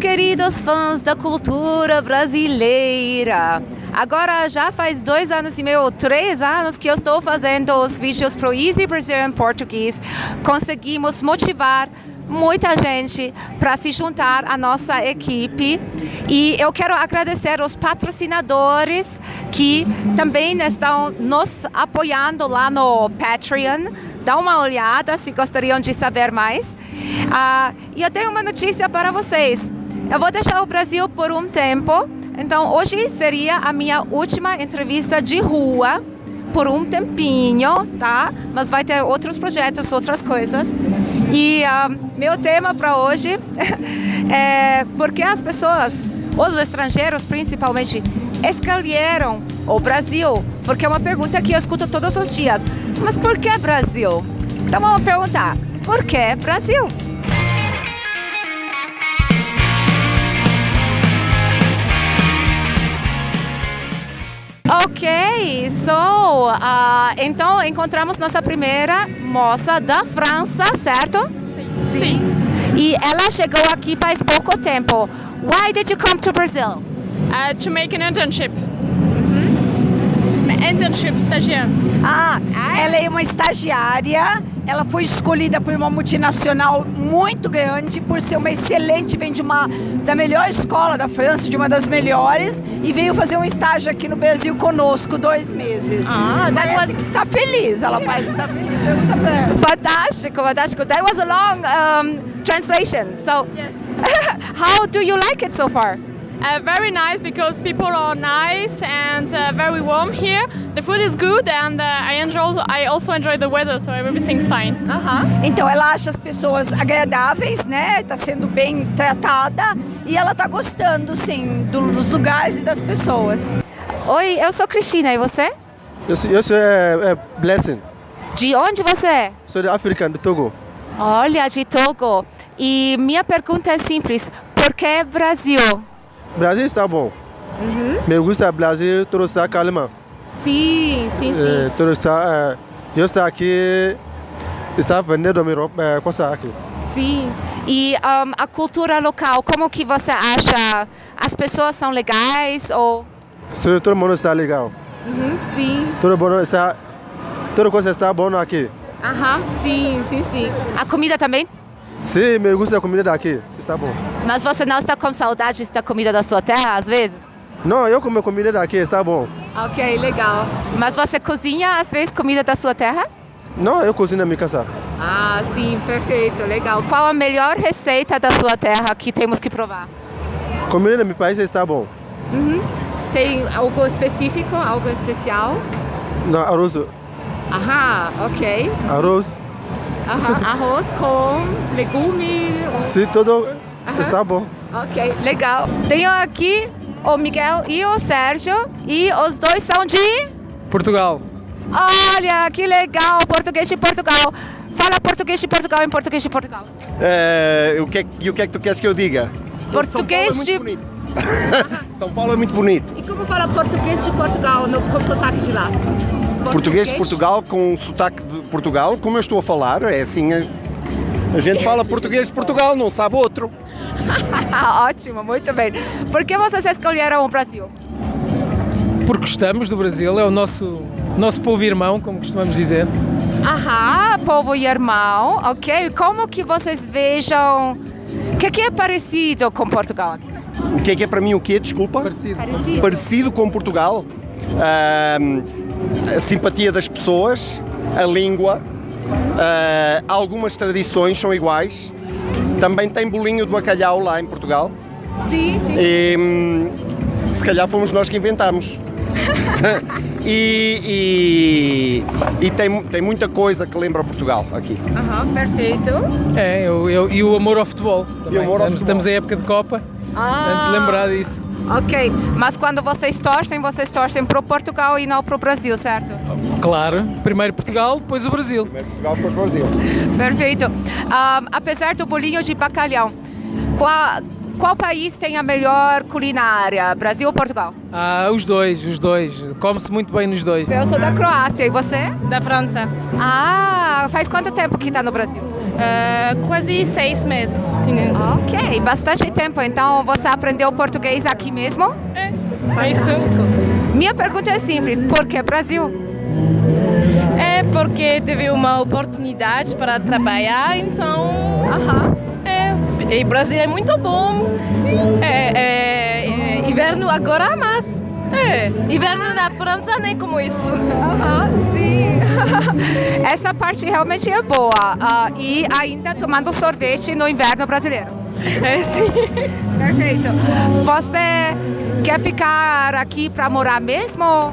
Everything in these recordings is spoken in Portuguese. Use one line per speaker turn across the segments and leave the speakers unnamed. queridos fãs da cultura brasileira! Agora já faz dois anos e meio, ou três anos que eu estou fazendo os vídeos pro Easy Brazilian Português. Conseguimos motivar muita gente para se juntar à nossa equipe e eu quero agradecer os patrocinadores que também estão nos apoiando lá no Patreon. Dá uma olhada se gostariam de saber mais. Ah, e eu tenho uma notícia para vocês. Eu vou deixar o Brasil por um tempo. Então hoje seria a minha última entrevista de rua por um tempinho, tá? Mas vai ter outros projetos, outras coisas. E uh, meu tema para hoje é porque as pessoas, os estrangeiros principalmente, escolheram o Brasil, porque é uma pergunta que eu escuto todos os dias. Mas por que Brasil? Então vamos perguntar, por que Brasil? Ok, so, ah, então encontramos nossa primeira moça da França, certo?
Sim.
E ela chegou aqui faz pouco tempo. Why did you come to Brazil?
Uh, to make an internship. Uma Internship, estagiário.
Ah, ela é uma estagiária. Ela foi escolhida por uma multinacional muito grande, por ser uma excelente, vem de uma da melhor escola da França, de uma das melhores, e veio fazer um estágio aqui no Brasil conosco, dois meses.
Ah, that
parece
was-
que está feliz. Ela parece que está feliz. Pergunta pra ela.
Fantástico, fantástico. That was a long um, translation. So,
Yes.
how do you like it so far?
Uh, very nice because people are nice and uh, very warm here. The food is good and uh, I enjoy. Also, I also enjoy the weather, so everything's fine.
Uh-huh.
Então ela acha as pessoas agradáveis, né? Tá sendo bem tratada e ela tá gostando, sim, do- dos lugares e das pessoas.
Oi, eu sou Cristina e você?
Eu sou, eu sou é, é, Blessing,
De onde você é?
sou de África, do Togo.
Olha, de Togo. E minha pergunta é simples: por que Brasil?
Brasil está bom.
Uhum.
Me gusta Brasil, tudo está calma.
Sim, sim,
É, tudo está, é, eu estou aqui, está vendendo minha roupa, é, coisa aqui.
Sim. E um, a cultura local, como que você acha? As pessoas são legais ou?
So, todo mundo está legal,
Sim.
todo mundo está, toda coisa está bom aqui.
Aham, sim, sim, sim. A comida também?
Sim, me gusta a comida daqui, está bom.
Mas você não está com saudades da comida da sua terra, às vezes?
Não, eu como comida daqui, está bom.
Ok, legal. Mas você cozinha, às vezes, comida da sua terra?
Não, eu cozinho na minha casa.
Ah, sim, perfeito, legal. Qual a melhor receita da sua terra que temos que provar?
Comida no meu país está bom.
Tem algo específico, algo especial?
Não, arroz,
Aham, ok.
arroz,
Arroz com legumes,
sim, tudo está bom.
Ok, legal. Tenho aqui o Miguel e o Sérgio e os dois são de.
Portugal.
Olha que legal, português de Portugal. Fala português de Portugal em português de Portugal.
Eh, o que é, que- e o que é que tu queres que eu diga?
Português
São Paulo
de-
é muito bonito. São Paulo é muito bonito.
E como fala português de Portugal no, com sotaque de lá?
Português de Portugal com um sotaque de Portugal, como eu estou a falar, é assim. A, a gente fala português de Portugal, não sabe outro.
Ah, ótimo, muito bem. Por que vocês escolheram o Brasil?
Porque gostamos do Brasil, é o nosso, nosso povo irmão, como costumamos dizer.
Aham, povo e irmão, ok. Como que vocês vejam. O que, que é parecido com Portugal aqui?
O que é que é para mim o quê? Desculpa.
Parecido.
Parecido.
Parecido com Portugal. Ahm, a simpatia das pessoas, a língua, ah, algumas tradições são iguais. Também tem bolinho de bacalhau lá em Portugal.
Sim, sim.
E, hum, se calhar fomos nós que inventámos. e e- e tem, tem muita coisa que lembra Portugal aqui.
Aham, perfeito.
É, eu, eu- e o amor ao futebol. Também.
E o amor ao
estamos,
futebol.
estamos em época de Copa,
Ah.
portanto, lembrar disso.
Ok, mas quando vocês torcem, vocês torcem pro Portugal e não pro Brasil, certo?
Claro, primeiro Portugal, depois o Brasil.
Portugal para os Brasil.
Perfeito. Ah, apesar do bolinho de bacalhau, qual, qual país tem a melhor culinária? Brasil ou Portugal?
Ah, os dois, os dois. Come-se muito bem nos dois.
Eu sou da Croácia e você?
Da França.
Ah, faz quanto tempo que está no Brasil?
Ah, quase seis meses.
Ok, bastante tempo. Então você aprendeu português aqui mesmo?
É isso.
Minha pergunta é simples: por que Brasil?
É porque teve uma oportunidade para trabalhar, então. É, e Brasil é muito bom. É, é, é, inverno agora, mas. É, inverno na França nem como isso.
Aham, sim. Essa parte realmente é boa. Ah, e ainda tomando sorvete no inverno brasileiro.
É, sim.
Perfeito. Você quer ficar aqui para morar mesmo?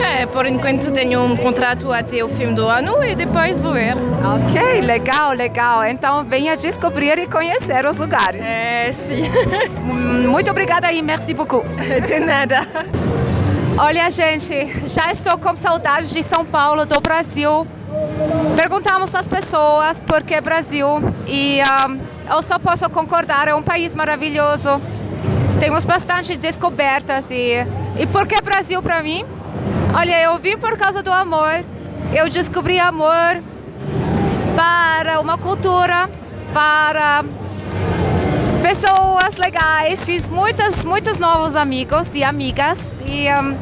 É, por enquanto tenho um contrato até o fim do ano e depois vou ver.
Ok, legal, legal. Então venha descobrir e conhecer os lugares.
É, sim.
Hum, Muito obrigada e merci beaucoup.
De nada.
Olha, gente, já estou com saudade de São Paulo, do Brasil. Perguntamos às pessoas por que Brasil e ahm, eu só posso concordar, é um país maravilhoso. Temos bastante descobertas e, e por que Brasil para mim? Olha, eu vim por causa do amor. Eu descobri amor para uma cultura, para pessoas legais, fiz muitos, muitos novos amigos e amigas. E hum,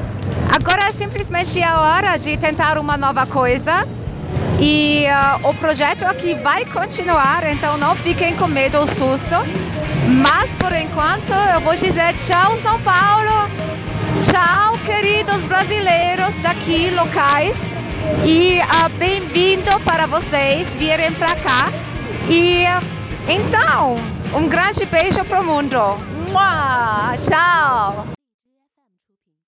agora é simplesmente a hora de tentar uma nova coisa. E ah, o projeto aqui vai continuar, então não fiquem com medo ou susto. Mas por enquanto eu vou dizer tchau, São Paulo! Tchau, queridos brasileiros daqui, locais. E ah, bem-vindo para vocês virem para cá. E então, um grande beijo para o mundo. Mua! Tchau!